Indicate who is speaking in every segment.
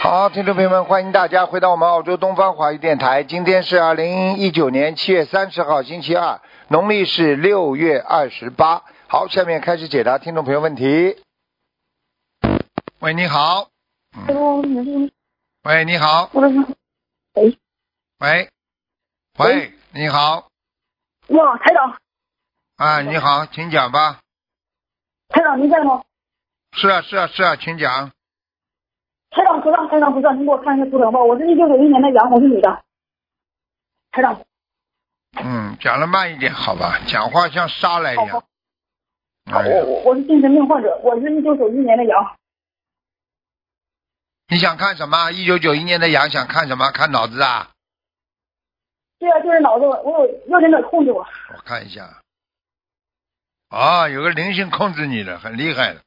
Speaker 1: 好，听众朋友们，欢迎大家回到我们澳洲东方华语电台。今天是二零一九年七月三十号，星期二，农历是六月二十八。好，下面开始解答听众朋友问题。喂，你好。
Speaker 2: 哎
Speaker 1: 喂，你好。
Speaker 2: 喂。
Speaker 1: 喂。喂，你好。
Speaker 2: 哇，台长，
Speaker 1: 啊，你好，请讲吧。
Speaker 2: 台长您在吗？
Speaker 1: 是啊，是啊，是啊，请讲。
Speaker 2: 台长不让，台长不让，您给我看一下图腾吧。我是一九九一年的羊，我是女的。
Speaker 1: 哎
Speaker 2: 台长，
Speaker 1: 嗯，讲的慢一点，好吧？讲话像沙来一样
Speaker 2: 好。
Speaker 1: 哎
Speaker 2: 我
Speaker 1: 呀，
Speaker 2: 我我是精神病患者，我是一九九一年的羊。
Speaker 1: 你想看什么？一九九一年的羊想看什么？看脑子啊？
Speaker 2: 对啊，就是脑子我我有要点点控制我。
Speaker 1: 我看一下。啊、有个灵性控制你了，很厉害的。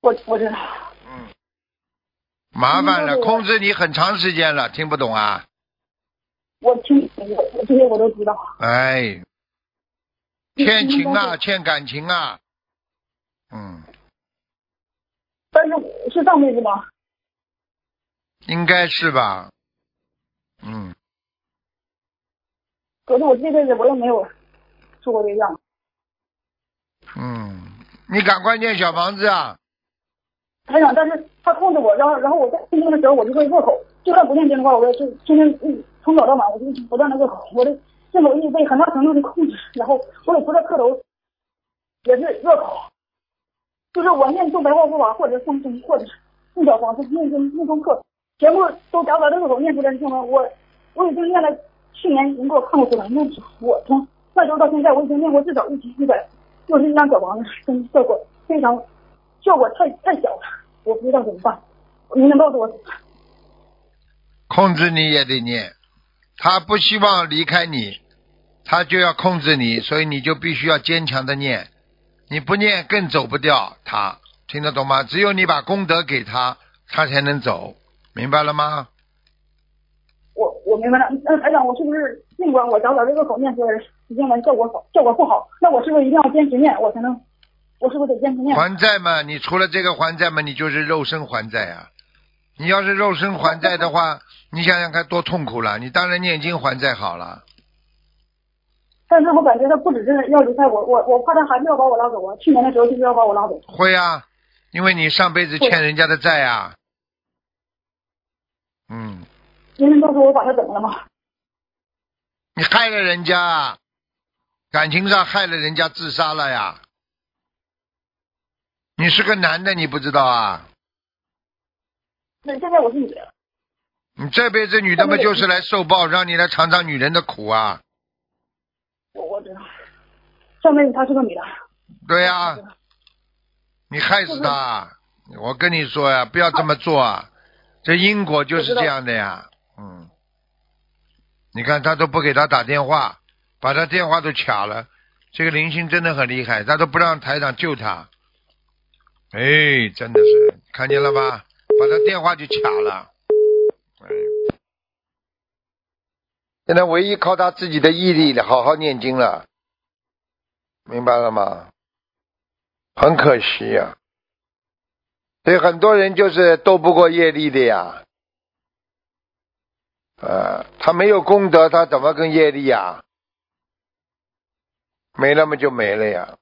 Speaker 2: 我我知道，
Speaker 1: 嗯。麻烦了，
Speaker 2: 嗯
Speaker 1: 控制你很长时间了，听不懂啊？
Speaker 2: 我听我我这些我都知道。
Speaker 1: 哎，欠情啊，
Speaker 2: 嗯！
Speaker 1: 欠感情啊。嗯，
Speaker 2: 但是是上辈子吗？
Speaker 1: 应该是吧。嗯，
Speaker 2: 可是我这辈子我又没有处过对象。
Speaker 1: 嗯，你赶快念小房子啊！
Speaker 2: 台长，但是他控制我，然后然后我在念经的时候我就会胃口，就算不念经的话，我也是天天嗯从早到晚我就不断的胃口，我的这口一被很大程度的控制，然后我也不是磕头，也是热口，就是我念诵白话佛法或者诵经或者念小房子念经念功课，全部都夹杂着热口念出来的经文，我我已经念了去年您给我看过多少遍了？我从那时候到现在我已经念过至少一千一百六十一张小房子，真效果非常效果太太小了，我不知道怎么办。您能告诉我？
Speaker 1: 控制你也得念，他不希望离开你，他就要控制你，所以你就必须要坚强的念，你不念更走不掉他，听得懂吗？只有你把功德给他，他才能走，明白了吗？
Speaker 2: 我我明白了。那台长，我是不是尽管我找找这个口念出来的经文效果好，效果不好，那我是不是一定要坚持念，我才能？我是不是得坚持念？
Speaker 1: 还债嘛，你除了这个还债嘛，你就是肉身还债啊。你要是肉身还债的话，你想想看多痛苦了。你当然念经还债好了。
Speaker 2: 但是我感觉他不只是要离开我，我我怕他还是要把我拉走啊。去年的时候就是要把我拉走，
Speaker 1: 会啊，因为你上辈子欠人家的债啊。嗯，
Speaker 2: 您能告诉我把他怎么了吗？
Speaker 1: 你害了人家啊，感情上害了人家，自杀了呀。你是个男的，你不知道啊？
Speaker 2: 那现在我是女的，
Speaker 1: 你这辈子女的嘛，就是来受报，让你来尝尝女人的苦啊。
Speaker 2: 我我知道，上辈子他是个女的，
Speaker 1: 对啊呀、你害死她啊，我跟你说呀、不要这么做啊，这因果就是这样的呀。嗯，你看他都不给他打电话，把他电话都卡了，这个林星真的很厉害，他都不让台长救他。哎，真的是，看见了吧？把他电话就卡了。哎，现在唯一靠他自己的毅力好好念经了，明白了吗？很可惜呀、所以很多人就是斗不过业力的呀。呃，他没有功德，他怎么跟业力呀？没了嘛就没了呀。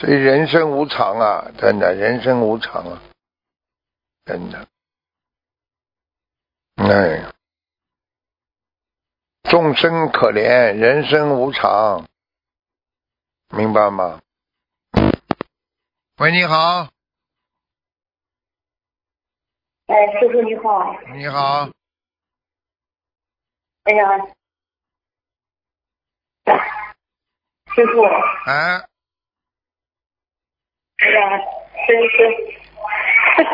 Speaker 1: 所以人生无常啊，真的，人生无常啊，真的。哎，众生可怜，人生无常，明白吗？喂，你好，
Speaker 2: 哎，师傅你好，
Speaker 1: 你好，
Speaker 2: 哎呀，师傅，
Speaker 1: 哎，
Speaker 2: 哎呀，真是，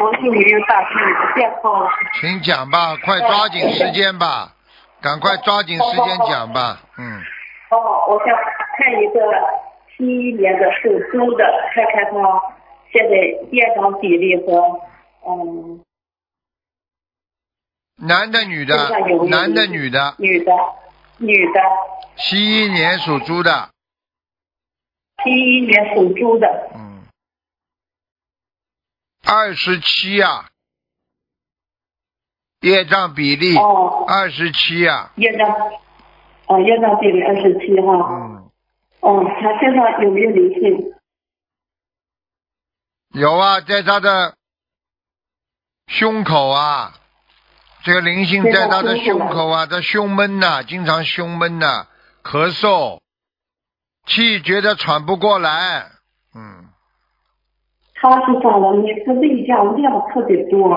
Speaker 2: 我祝您大事健康。
Speaker 1: 请讲吧，快抓紧时间吧，赶快抓紧时间讲吧，嗯，
Speaker 2: 哦，我想看一个七一年的属猪的，看看他现在业障比例和嗯
Speaker 1: 男的女的
Speaker 2: 现在有没，有
Speaker 1: 男的女的，
Speaker 2: 女的，女的，
Speaker 1: 七一年属猪的，
Speaker 2: 七一年属猪的，
Speaker 1: 嗯，二十七呀，业障比例
Speaker 2: 哦，
Speaker 1: 二十七啊呀，
Speaker 2: 业障，哦，业障比例二十七哈。
Speaker 1: 嗯，
Speaker 2: 哦，他身上有没有灵性？
Speaker 1: 有啊，在他的胸口啊，这个灵性在他的胸口啊，他胸闷呐、经常胸闷呐、咳嗽，气觉得喘不过来，嗯，
Speaker 2: 他是咋了？每次例假量特别多。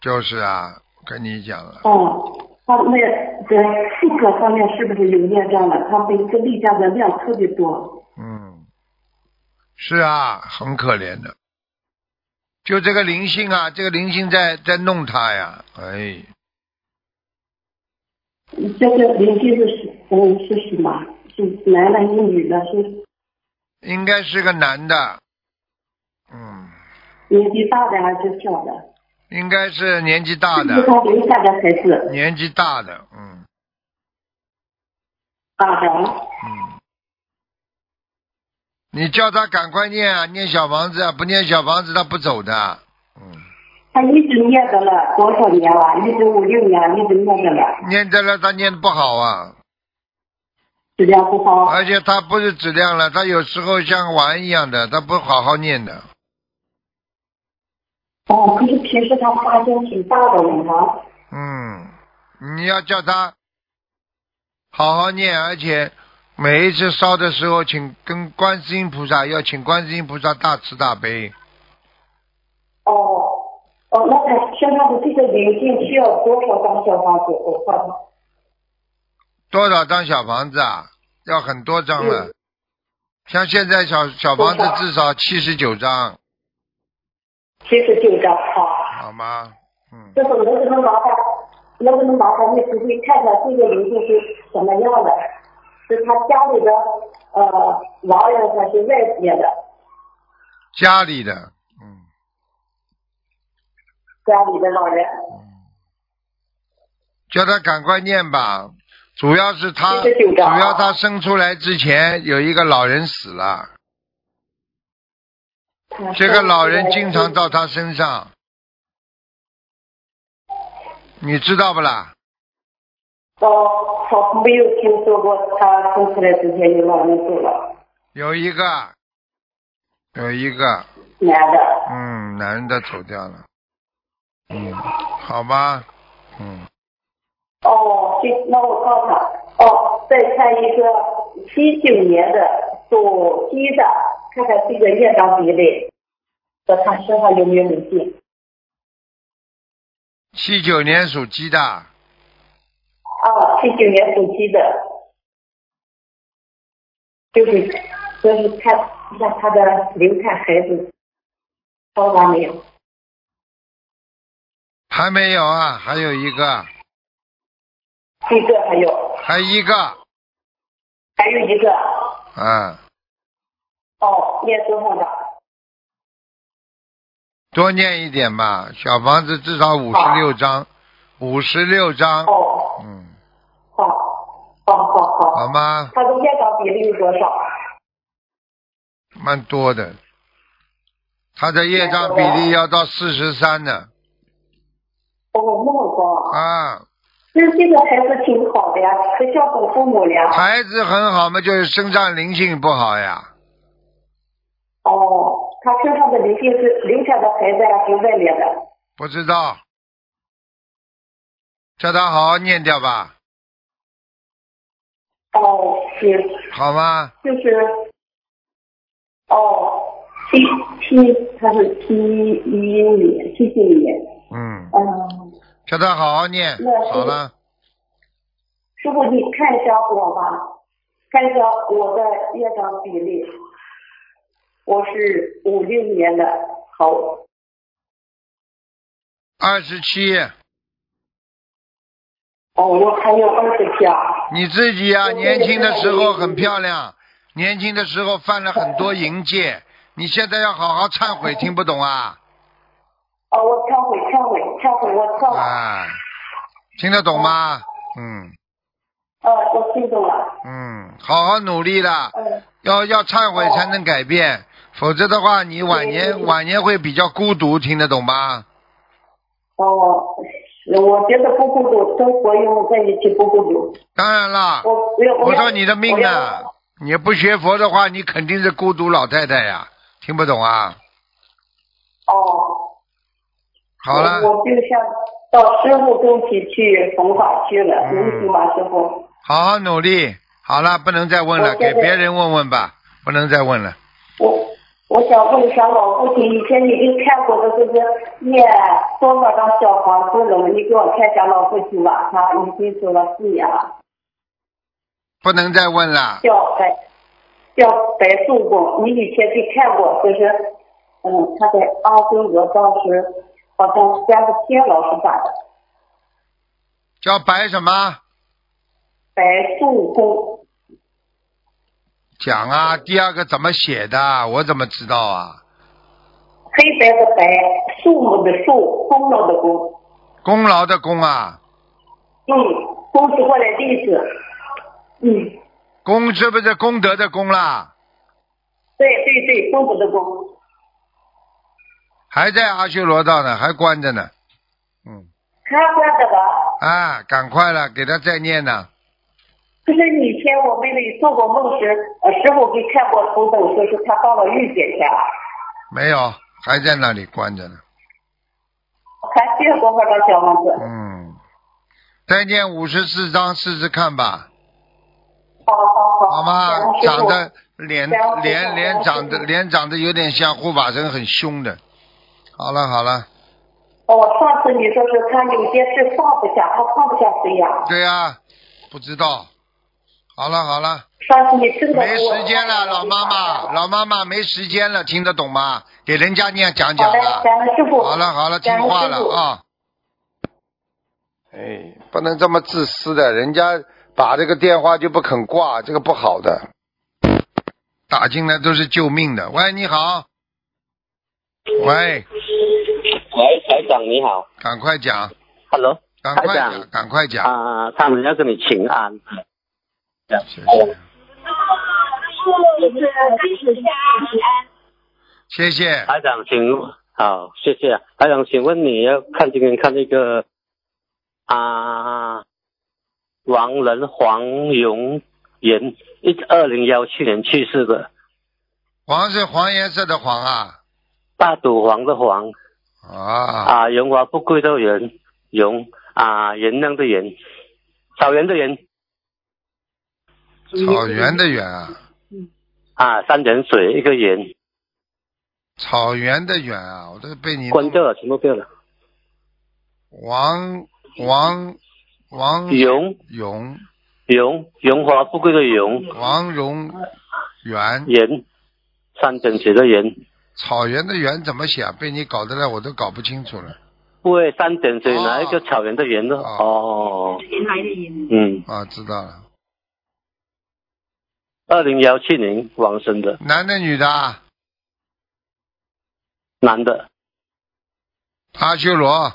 Speaker 1: 就是啊，跟你讲了，
Speaker 2: 哦，他那在妇科方面是不是有业障了？他每次例假的量特别多。
Speaker 1: 嗯，是啊，很可怜的，就这个灵性啊，这个灵性在在弄他呀，哎，
Speaker 2: 这个灵性是什？嗯，是什么？是男的，是女的？是
Speaker 1: 应该是个男的，嗯，
Speaker 2: 年纪大的还是小的？
Speaker 1: 应该是年纪大
Speaker 2: 是
Speaker 1: 的，
Speaker 2: 他留下的孩子。
Speaker 1: 年纪大的，嗯
Speaker 2: 大的。
Speaker 1: 嗯，你叫他赶快念啊，念小房子啊，不念小房子他不走的，嗯，
Speaker 2: 他一直念着了多少年了？一直五六年，一直念着了，
Speaker 1: 念着了他念的不好啊，
Speaker 2: 质量不好。
Speaker 1: 而且他不是质量了，他有时候像玩一样的，他不好好念的，
Speaker 2: 哦，可是平时他发心挺大的，啊我哈。
Speaker 1: 嗯，你要叫他好好念，而且每一次烧的时候，请跟观世音菩萨要请观世音菩萨大慈大悲。
Speaker 2: 哦，哦，那他身上的这个灵性需要多少张小房子？我看看。
Speaker 1: 多少张小房子啊？要很多张了。像现在小小房子
Speaker 2: 嗯多少
Speaker 1: 至少七十九张，
Speaker 2: 七十九张啊。
Speaker 1: 好吗？嗯，
Speaker 2: 就是能不能麻烦，能不能麻烦你仔细看看这个灵性是什么样的？是他家里的呃亡人还是外界的？
Speaker 1: 家里的，嗯，
Speaker 2: 家里的老人。
Speaker 1: 叫他赶快念吧。主要是他，
Speaker 2: 79
Speaker 1: 主
Speaker 2: 张啊
Speaker 1: 要他生出来之前有一个老人死了，这个老人经常到他身上，你知道不啦？
Speaker 2: 哦，好，没有听说过他生出来之前有老人走了，
Speaker 1: 有一个，有一个，
Speaker 2: 男的。
Speaker 1: 嗯，男的走掉了，嗯，好吧，嗯，
Speaker 2: 哦，这那我告诉他。哦，再看一个七九年的属鸡的，看看这个业障比例，和他身上有没有灵性。
Speaker 1: 七九年属鸡的，
Speaker 2: 啊，七九年属鸡的，就是就是看一下他的流产孩子烧完没有？
Speaker 1: 还没有啊，还有一个，
Speaker 2: 这个还有
Speaker 1: 还一个，
Speaker 2: 还有一个
Speaker 1: 啊，
Speaker 2: 哦，念多少张？
Speaker 1: 多念一点吧，小房子至少五十六张，五十六张，
Speaker 2: 哦，
Speaker 1: 嗯，
Speaker 2: 好，好好好，
Speaker 1: 好吗？
Speaker 2: 他的业障比例有多少？
Speaker 1: 蛮多的，他的业障比例要到四十三呢，
Speaker 2: 哦，那么高啊。
Speaker 1: 啊，
Speaker 2: 那这个孩子挺好的呀，可孝顺父母了呀。
Speaker 1: 孩子很好嘛，就是身上灵性不好呀。
Speaker 2: 哦，他身上的灵性是流产的孩子还是外面的？
Speaker 1: 不知道，叫他好好念掉吧，
Speaker 2: 哦，行，
Speaker 1: 好吗？
Speaker 2: 就是，哦，七七，他是七一年，七七年，
Speaker 1: 嗯，
Speaker 2: 嗯，
Speaker 1: 叫他好好念
Speaker 2: 那是，
Speaker 1: 好了，
Speaker 2: 师傅你看一下我吧，看一下我的业障比例，我是五六年的猴，
Speaker 1: 二十七，
Speaker 2: 哦，我还有二十条，
Speaker 1: 你自己呀、
Speaker 2: 我
Speaker 1: 年轻的时候很漂亮，年轻的时候犯了很多淫戒，你现在要好好忏悔，听不懂啊？
Speaker 2: 哦，我忏悔，忏悔，忏悔，我错了。
Speaker 1: 啊，听得懂吗？嗯
Speaker 2: 呃，我听懂了。
Speaker 1: 嗯，好好努力啦，
Speaker 2: 嗯，
Speaker 1: 要要忏悔才能改变，否则的话，你晚
Speaker 2: 对
Speaker 1: 年
Speaker 2: 对
Speaker 1: 晚年会比较孤独，听得懂吗？
Speaker 2: 哦，我觉得不孤独，生活因为在一起不孤独。
Speaker 1: 当然啦，
Speaker 2: 我不要，
Speaker 1: 我
Speaker 2: 要
Speaker 1: 说你的命啊
Speaker 2: 我要
Speaker 1: 呢，你不学佛的话，你肯定是孤独老太太呀，听不懂啊？
Speaker 2: 哦，
Speaker 1: 好了，
Speaker 2: 我我就想到师傅跟起去弘法去了，
Speaker 1: 嗯
Speaker 2: 能行吗，师傅？
Speaker 1: 好好努力。好了，不能再问了，
Speaker 2: 我
Speaker 1: 给
Speaker 2: 现在
Speaker 1: 别人问问吧，不能再问了。
Speaker 2: 我我想问一下老父亲，以前你给看过的这个念多少张小房子了吗？你给我看一下老父亲吧，他已经走了四年了，
Speaker 1: 不能再问了，
Speaker 2: 叫白叫白素公，你以前给看过，就是嗯，他在阿修罗当时好像三十天老师法的
Speaker 1: 叫白什么？
Speaker 2: 白素公。
Speaker 1: 讲啊，第二个怎么写的？我怎么知道啊？
Speaker 2: 黑白的白，树木的树，功劳的功。
Speaker 1: 功劳的功啊，
Speaker 2: 嗯，公是过来的意思。嗯，
Speaker 1: 功是不是功德的功啦？
Speaker 2: 对对对，功夫的功。
Speaker 1: 还在阿修罗道呢，还关着呢。嗯，
Speaker 2: 他关的吧？
Speaker 1: 啊，赶快了，给他再念呢。
Speaker 2: 可是以前我妹妹做过梦时，呃，师傅给看过图腾，说是她到了御姐家，
Speaker 1: 没有，还在那里关着呢。
Speaker 2: 还需要多少张小房子？
Speaker 1: 嗯，再念五十四章试试看吧，
Speaker 2: 好好好。
Speaker 1: 好吗
Speaker 2: 感
Speaker 1: 长
Speaker 2: 恩？师傅
Speaker 1: 得脸
Speaker 2: 感恩师傅
Speaker 1: 脸脸长得
Speaker 2: 感恩师傅
Speaker 1: 脸长得有点像护法神，很凶的。好了好了，
Speaker 2: 哦，上次你说是他有些事放不下，他放不下谁呀、
Speaker 1: 对呀、不知道。好了好了，
Speaker 2: 上次你真的
Speaker 1: 没时间了，老妈妈，老妈妈没时间了，听得懂吗？给人家念讲讲
Speaker 2: 好的，感恩师傅。
Speaker 1: 好了好了，听
Speaker 2: 感恩
Speaker 1: 话
Speaker 2: 师
Speaker 1: 了
Speaker 2: 傅
Speaker 1: 啊。哎，不能这么自私的，人家打这个电话就不肯挂，这个不好的。打进来都是救命的。喂，你好。喂，
Speaker 3: 喂，台长你好
Speaker 1: 赶快讲，
Speaker 3: ，Hello，
Speaker 1: 赶快
Speaker 3: 台
Speaker 1: 讲，
Speaker 3: 长
Speaker 1: 赶快讲。
Speaker 3: 啊、他们要跟你请安。
Speaker 1: 谢谢，谢谢。
Speaker 3: 台长，请好，谢谢。台长，请问你要看今天看那个啊，王仁黄永仁，一二零幺去年去世的，
Speaker 1: 黄是黄颜色的黄啊
Speaker 3: 大赌黄的黄
Speaker 1: 啊，
Speaker 3: 啊，荣华富贵的荣，荣啊，原谅的原，草原的原
Speaker 1: 草原的原啊，
Speaker 3: 啊，山泉水一个原，
Speaker 1: 草原的原啊，我都被你弄
Speaker 3: 关掉了，全部掉了。
Speaker 1: 王王王
Speaker 3: 荣
Speaker 1: 勇
Speaker 3: 荣荣华富贵的荣。
Speaker 1: 王荣元，
Speaker 3: 人，三整齐的人，
Speaker 1: 草原的原怎么写啊？被你搞得来我都搞不清楚了
Speaker 3: 为三整齐哪一个草原的人呢？哦，嗯，
Speaker 1: 啊！知道了，
Speaker 3: 二零幺七年往生的，
Speaker 1: 男的女的啊？
Speaker 3: 男的，
Speaker 1: 阿修罗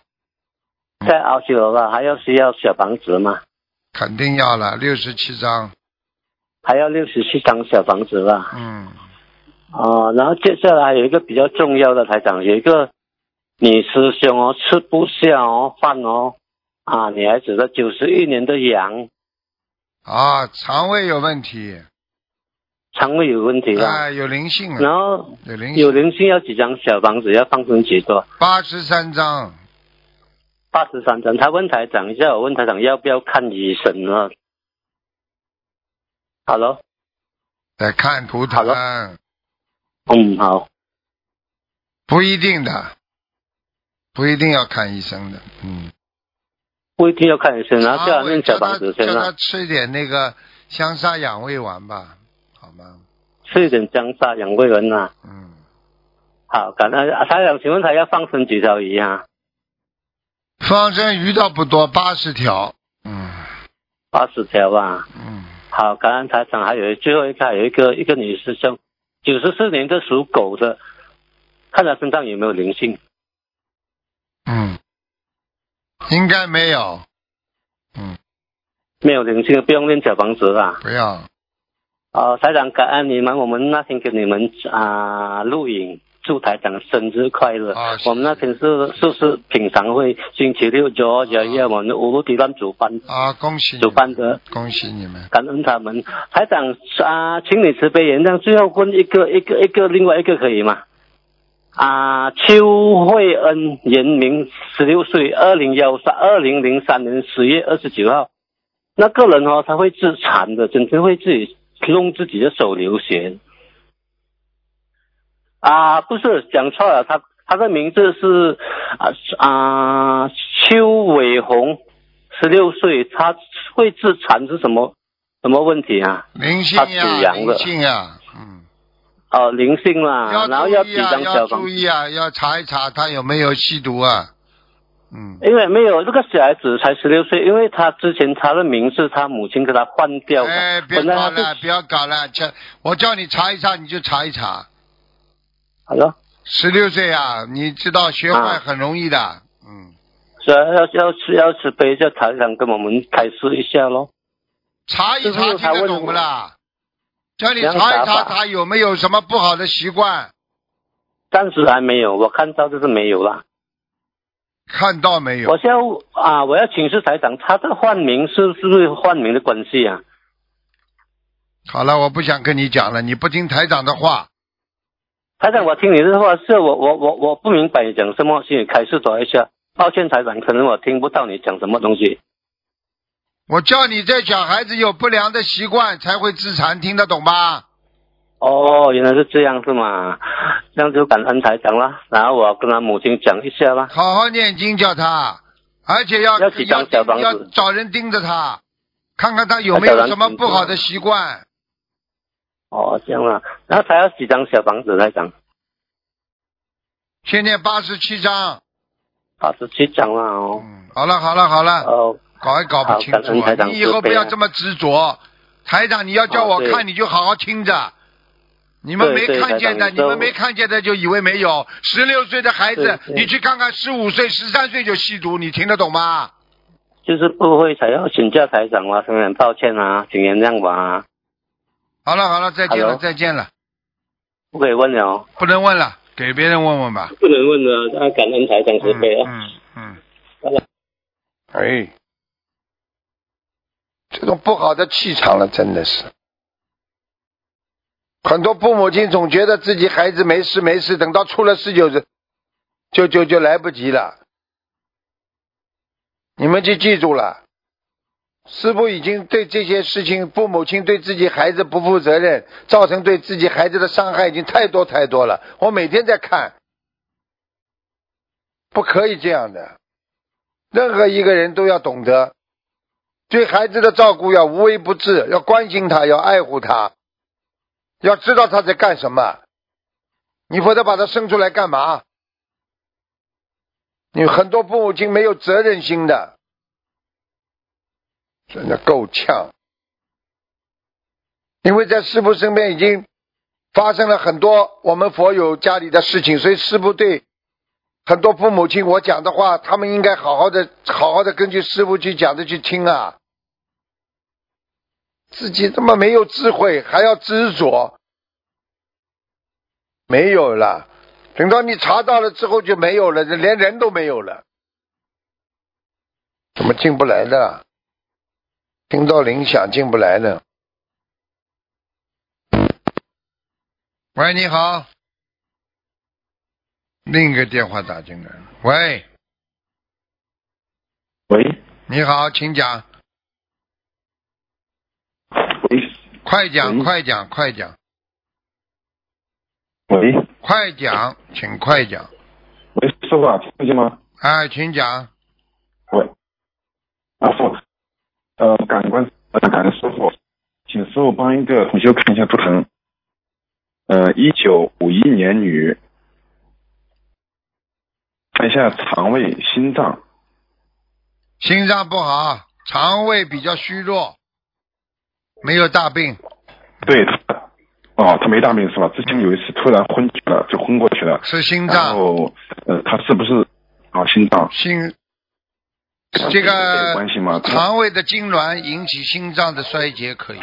Speaker 3: 在奥修罗了，还要需要小房子吗？
Speaker 1: 肯定要了，六十七章，
Speaker 3: 还要六十七张小房子了。
Speaker 1: 嗯，
Speaker 3: 哦，然后接下来有一个比较重要的台长，有一个女师兄哦，吃不下哦饭哦，啊，女孩子的九十一年的羊，
Speaker 1: 啊，肠胃有问题，
Speaker 3: 肠胃有问题了，
Speaker 1: 啊，有灵性啊，
Speaker 3: 然后
Speaker 1: 有灵
Speaker 3: 有
Speaker 1: 性，
Speaker 3: 灵性要几张小房子，要放生几多？
Speaker 1: 八十三章，
Speaker 3: 八十三张，他问台长一下，我问台长要不要看医生啊？Hello，
Speaker 1: 得看图
Speaker 3: 好
Speaker 1: 腾，
Speaker 3: 嗯，好，
Speaker 1: 不一定的，不一定要看医生的，嗯。
Speaker 3: 不一定要看医生啊，叫
Speaker 1: 肠
Speaker 3: 他
Speaker 1: 胃
Speaker 3: 念小房子
Speaker 1: 叫
Speaker 3: 先
Speaker 1: 他叫
Speaker 3: 啊
Speaker 1: 他，吃点那个香砂养胃丸吧，好吗？
Speaker 3: 吃一点姜砂养胃丸啊。
Speaker 1: 嗯，
Speaker 3: 好，感恩啊，台长，请问他要放生几条鱼啊？
Speaker 1: 放生鱼倒不多，八十条。嗯
Speaker 3: 八十条啊。
Speaker 1: 嗯，
Speaker 3: 好，感恩台长，还有最后一个，还有一个一个女师兄，九十四年的属狗的，看她身上有没有灵性，
Speaker 1: 嗯，应该没有，嗯
Speaker 3: 没有灵性不用念小房子啊。
Speaker 1: 不要。
Speaker 3: 呃，台长，感恩你们，我们那天给你们啊、录影，祝台长生日快乐。
Speaker 1: 啊谢谢
Speaker 3: 我们那天哦是是不哦是平常会星期六九九月，我们乌鲁迪兰主办
Speaker 1: 啊，恭喜你
Speaker 3: 主
Speaker 1: 们，
Speaker 3: 办的
Speaker 1: 恭喜你们。
Speaker 3: 感恩他们。台长啊，请你慈悲原谅，最后问一个一个一个另外一个可以吗？啊，邱慧恩，人民，十六岁，二零幺三二零零三年十月二十九号。那个人哦，他会自残的，整天会自己弄自己的手流血。啊，不是讲错了，他他的名字是啊啊邱伟红，十六岁，他会自残是什么什么问题啊？
Speaker 1: 灵性
Speaker 3: 他
Speaker 1: 呀、
Speaker 3: 属羊
Speaker 1: 灵
Speaker 3: 的
Speaker 1: 性呀、嗯，
Speaker 3: 哦，灵性啦，然后
Speaker 1: 要
Speaker 3: 要
Speaker 1: 注
Speaker 3: 几
Speaker 1: 意啊，
Speaker 3: 张
Speaker 1: 要
Speaker 3: 小
Speaker 1: 注
Speaker 3: 房，
Speaker 1: 意啊，要查一查他有没有吸毒啊。嗯，
Speaker 3: 因为没有这个小孩子才十六岁，因为他之前他的名字他母亲给他换掉的，
Speaker 1: 哎，别
Speaker 3: 本来
Speaker 1: 搞
Speaker 3: 他
Speaker 1: 了，
Speaker 3: 是
Speaker 1: 不要搞了，叫我叫你查一查，你就查一查。
Speaker 3: 好了，
Speaker 1: 十六岁啊，你知道学坏
Speaker 3: 啊
Speaker 1: 很容易的。嗯，
Speaker 3: 是啊要要慈要慈悲，叫台长跟我们开示一下咯。
Speaker 1: 查一
Speaker 3: 师
Speaker 1: 查
Speaker 3: 傅
Speaker 1: 听
Speaker 3: 他
Speaker 1: 得
Speaker 3: 问
Speaker 1: 懂不
Speaker 3: 我
Speaker 1: 啦？叫你
Speaker 3: 这样
Speaker 1: 查一
Speaker 3: 打
Speaker 1: 查
Speaker 3: 法
Speaker 1: 他有没有什么不好的习惯，
Speaker 3: 暂时还没有，我看到就是没有啦。
Speaker 1: 看到没有？
Speaker 3: 我是要啊，我要请示台长，他的换名是是不是换名的关系啊？
Speaker 1: 好了，我不想跟你讲了，你不听台长的话。
Speaker 3: 台长，我听你的话，是我我我我不明白你讲什么，请你开示多一下。抱歉，台长，可能我听不到你讲什么东西。
Speaker 1: 我叫你这小孩子有不良的习惯才会自残，听得懂吗？
Speaker 3: 哦，原来是这样是吗？这样就感恩台长啦，然后我跟他母亲讲一下啦。
Speaker 1: 好好念经叫他，而且要
Speaker 3: 要几张小房子
Speaker 1: 要找人盯着他，看看他有没有什么不好的习惯。
Speaker 3: 哦，这样啊，然后他要几张小房子，台长？
Speaker 1: 先念八十七章。
Speaker 3: 八啊十七张啦哦。
Speaker 1: 嗯，好了好了好了，
Speaker 3: 哦，
Speaker 1: 搞也搞不清
Speaker 3: 好感
Speaker 1: 楚
Speaker 3: 恩台
Speaker 1: 啊！
Speaker 3: 长
Speaker 1: 你以后不要这么执着，台长，你要叫我
Speaker 3: 哦对
Speaker 1: 看你就好好听着。你们没
Speaker 3: 对对
Speaker 1: 看见的，
Speaker 3: 台长
Speaker 1: 你们没看见的就以为没有。十六岁的孩子，
Speaker 3: 对对
Speaker 1: 你去看看，十五岁、十三岁就吸毒，你听得懂吗？
Speaker 3: 就是不会才要请教台长啦，很抱歉啊，请原谅我啊，
Speaker 1: 好了好了，再见了
Speaker 3: Hello
Speaker 1: 再见了，
Speaker 3: 不可以问了哦。
Speaker 1: 不能问了，给别人问问吧。
Speaker 3: 不能问了，那感恩台长慈
Speaker 1: 嗯
Speaker 3: 悲啊。
Speaker 1: 嗯嗯
Speaker 3: 拜拜。
Speaker 1: 哎，这种不好的气场了，真的是。很多父母亲总觉得自己孩子没事没事，等到出了事就是，就就就来不及了。你们就记住了，师傅已经对这些事情，父母亲对自己孩子不负责任，造成对自己孩子的伤害已经太多太多了。我每天在看，不可以这样的。任何一个人都要懂得对孩子的照顾要无微不至，要关心他，要爱护他，要知道他在干什么，你否则把他生出来干嘛？你很多父母亲没有责任心的，真的够呛。因为在师傅身边已经发生了很多我们佛友家里的事情，所以师傅对很多父母亲，我讲的话，他们应该好好的、好好的根据师傅去讲的去听啊。自己这么没有智慧，还要执着，没有了。等到你查到了之后就没有了，连人都没有了，怎么进不来的？听到铃响进不来呢。喂，你好。另一个电话打进来了。喂，
Speaker 4: 喂
Speaker 1: 你好，请讲，
Speaker 4: 喂
Speaker 1: 快讲，
Speaker 4: 喂
Speaker 1: 快讲，快讲，
Speaker 4: 喂
Speaker 1: 快讲，请快讲。
Speaker 4: 喂，师傅啊，听得见吗？
Speaker 1: 哎，请讲。
Speaker 4: 喂，啊师傅，呃，感官感恩师傅，请师傅帮一个同学看一下图腾，呃，一九五一年女，看一下肠胃、心脏，
Speaker 1: 心脏不好，肠胃比较虚弱，没有大病。
Speaker 4: 对，她哦，他没大病是吧？之前有一次突然昏厥了，就昏过去了，
Speaker 1: 是心
Speaker 4: 然
Speaker 1: 脏，
Speaker 4: 后呃，他是不是啊心脏？
Speaker 1: 心这
Speaker 4: 有
Speaker 1: 个
Speaker 4: 关系吗？
Speaker 1: 肠胃的痉挛引起心脏的衰竭可以。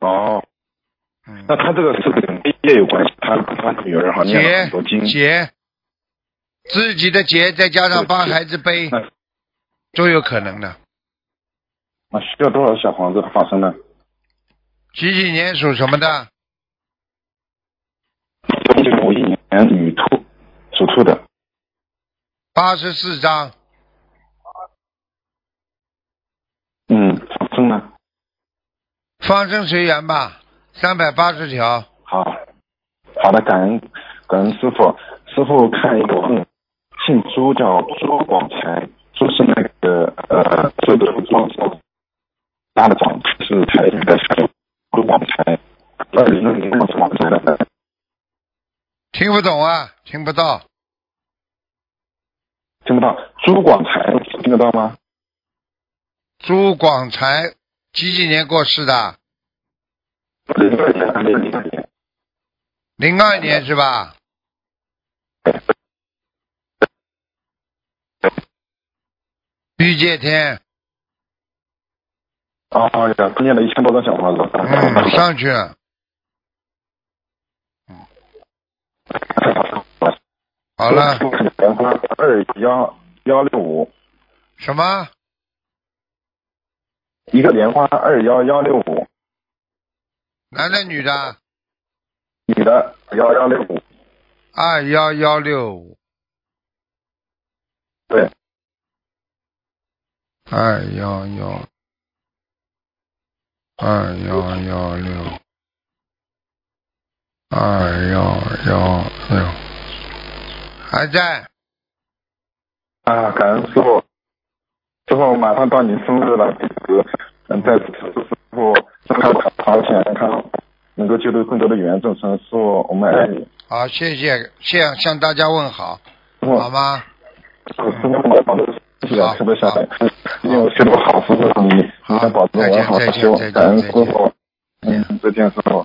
Speaker 4: 哦，
Speaker 1: 嗯
Speaker 4: 那，他这个是跟业有关系，他他女儿哈念了很多经
Speaker 1: 劫，劫，自己的劫再加上帮孩子背
Speaker 4: 那，
Speaker 1: 都有可能的。
Speaker 4: 那需要多少小房子发生呢？
Speaker 1: 几几年属什么的？
Speaker 4: 一九五一年女兔，属兔的，
Speaker 1: 八十四张，
Speaker 4: 嗯，放生呢？
Speaker 1: 方生随缘吧，三百八十条。
Speaker 4: 好，好的，感恩感恩师傅，师傅看一个梦，姓朱叫朱广才，朱是那个呃，这个庄子大的庄是财神的财，朱广才，二零二零年是广州的，
Speaker 1: 听不懂啊，听不到。
Speaker 4: 听不到，朱广才听得到吗？
Speaker 1: 朱广才几几年过世的？
Speaker 4: 二零二零年，二零零二年，
Speaker 1: 零二年是吧？玉界天，
Speaker 4: 哦哦，呀，他念了一千多张小房子，
Speaker 1: 嗯，上去了，好了，
Speaker 4: 莲花二幺幺六五，
Speaker 1: 什么？
Speaker 4: 一个莲花二幺幺六五，
Speaker 1: 男的女的？
Speaker 4: 女的幺幺六五，
Speaker 1: 二幺幺六五，
Speaker 4: 对，
Speaker 1: 二幺幺，二幺幺六，二幺幺六，还在。
Speaker 4: 啊，感恩师傅，师傅马上到你生日了，弟子，嗯，在此师傅看好想看能够救度更多的缘众生，师傅我们爱你，
Speaker 1: 好，谢谢，向向大家问好，
Speaker 4: 师傅
Speaker 1: 好吗？
Speaker 4: 师傅我保重，谢谢，特别下来，因为我修的好，师傅你你要保重，我要好好修，感恩师傅，嗯，再见师傅。